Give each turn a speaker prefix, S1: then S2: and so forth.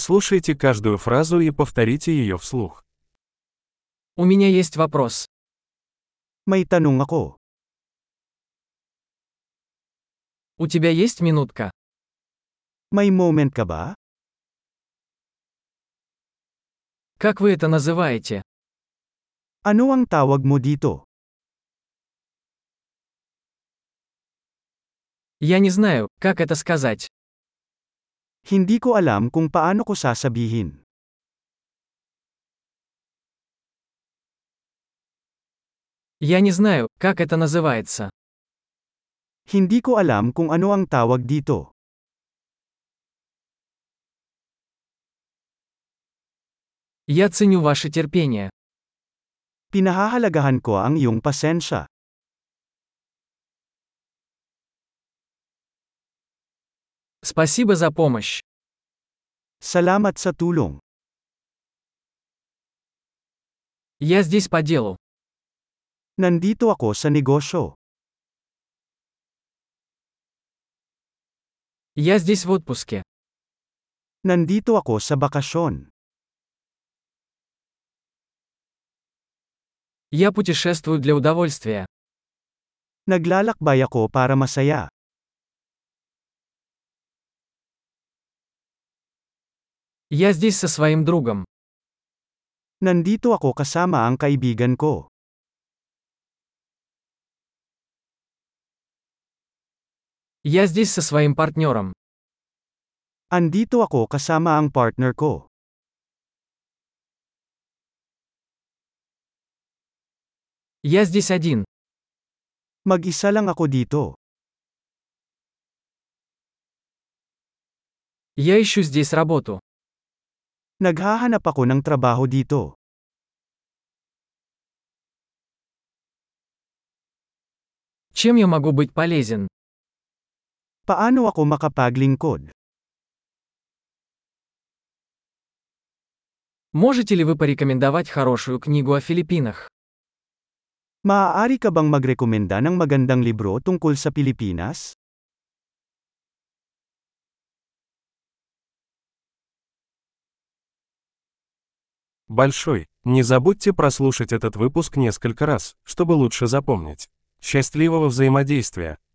S1: Прослушайте каждую фразу и повторите ее вслух.
S2: У меня есть вопрос.
S3: May tanong ako.
S2: У тебя есть минутка?
S3: May moment ka ba?
S2: Как вы это называете?
S3: Ano ang tawag mo dito?
S2: Я не знаю, как это сказать.
S3: Hindi ko alam kung paano ko sasabihin.
S2: Я не знаю, как это называется.
S3: Hindi ko alam kung ano ang tawag dito.
S2: Я ценю ваше терпение.
S3: Pinahahalagahan ko ang iyong pasensya.
S2: Спасибо за помощь.
S3: Salamat sa tulong.
S2: Я здесь по делу.
S3: Nandito ako sa negosyo.
S2: Я здесь в отпуске.
S3: Nandito ako sa bakasyon.
S2: Я путешествую для удовольствия.
S3: Naglalakbay ako para masaya.
S2: Я здесь со своим другом.
S3: Nandito ako kasama ang kaibigan ko.
S2: Я здесь со своим партнером.
S3: Andito ako kasama ang partner ko.
S2: Я здесь один.
S3: Mag-isa lang ako dito.
S2: Я ищу здесь работу.
S3: Naghahanap ako ng trabaho dito.
S2: Чем я могу быть полезен?
S3: Paano ako makapaglingkod?
S2: Можете ли вы порекомендовать хорошую книгу о Филиппинах?
S3: Maaari ka bang magrekomenda ng magandang libro tungkol sa Pilipinas?
S1: Большой. Не забудьте прослушать этот выпуск несколько раз, чтобы лучше запомнить. Счастливого взаимодействия!